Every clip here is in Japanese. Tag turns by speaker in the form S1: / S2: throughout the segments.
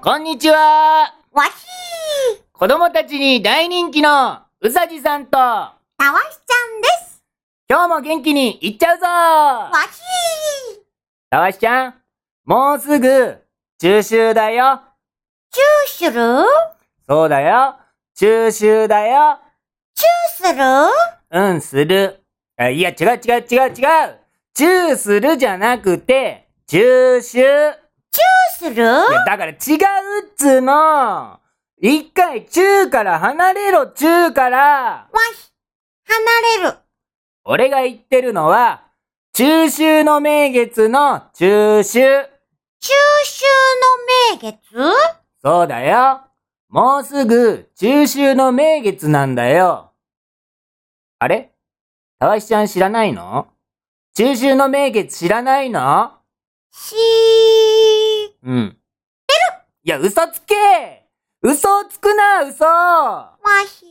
S1: こんにちは
S2: わしー
S1: 子供たちに大人気のうさじさんと、今
S2: たわしちゃんです
S1: 日も元気にいっちゃうぞ
S2: わしー
S1: たわしちゃん、もうすぐ、中秋だよ
S2: チューする
S1: そうだよ中秋だよ
S2: チューするわ
S1: うん、する。あいや、違う違う違う違うチューするじゃなくて、中秋いや
S2: チューするわ
S1: だから違うっつーの一回、中から離れろ、中から
S2: し離れる
S1: 俺が言ってるのは、中秋の名月の中秋。
S2: 中秋の名月
S1: そうだよ。もうすぐ中秋の名月なんだよ。あれたわしちゃん知らないの中秋の名月知らないの
S2: しー
S1: うん。いや、嘘つけ嘘をつくな、嘘
S2: わし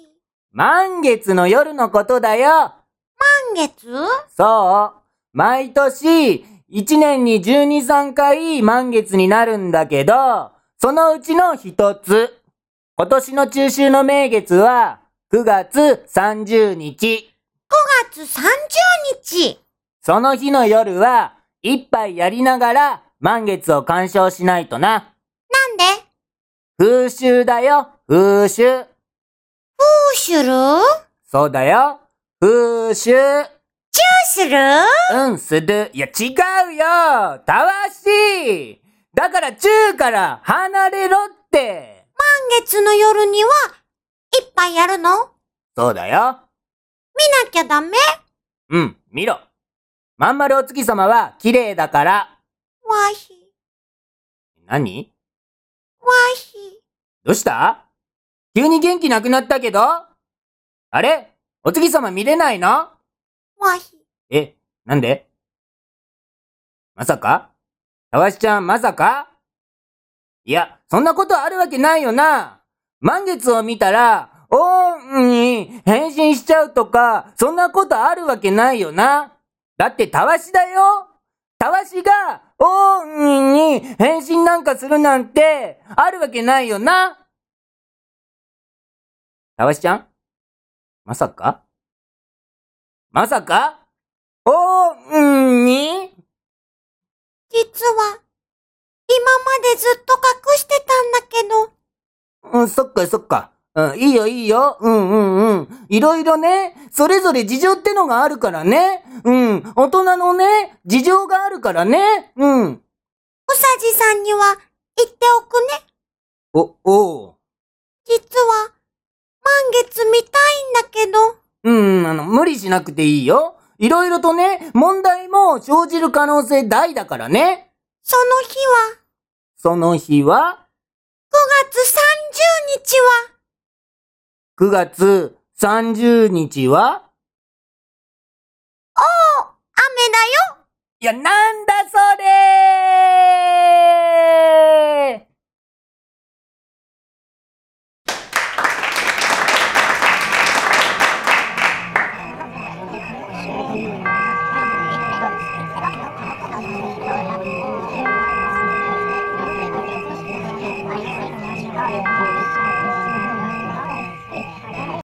S1: 満月の夜のことだよ
S2: 満月
S1: そう。毎年、一年に12、3回満月になるんだけど、そのうちの一つ。今年の中秋の名月は、9月30日。
S2: 9月30日
S1: その日の夜は、一杯やりながら満月を鑑賞しないとな。
S2: なんで
S1: 風習だよ、風習。
S2: どうするどう
S1: そうだよ、風習。
S2: する
S1: うん、する。いや、違うよたわしだから、中から離れろって
S2: 満月の夜には、一杯やるの見
S1: そうだよ。
S2: なきゃダメ
S1: うん、見ろ。まんまるお月様は綺麗だから。
S2: わし、
S1: 何
S2: わし。
S1: どうした急に元気なくなったけどあれお月様見れないの
S2: わし、
S1: え、なんでまさかたわしちゃんまさかいや、そんなことあるわけないよな。満月を見たら、オンに変身しちゃうとか、そんなことあるわけないよな。だってたわしだよたわしが、オンに変身なんかするなんて、あるわけないよな。たわしちゃんまさかまさかおんに
S2: 実は、今までずっと隠してたんだけど、
S1: うん、そっかそっか。うん、いいよいいよ。うんうんうん。いろいろね、それぞれ事情ってのがあるからね。うん、大人のね、事情があるからね。うん。
S2: うさじさんには言っておくね。
S1: お、おう。
S2: 実は、満月見たいんだけど、
S1: うん、あの、無理しなくていいよ。いろいろとね、問題も生じる可能性大だからね。
S2: その日は、
S1: その日は、
S2: 9月30日は、
S1: 9月30日は、
S2: 雨だよ
S1: いや、なんだそれー
S3: 「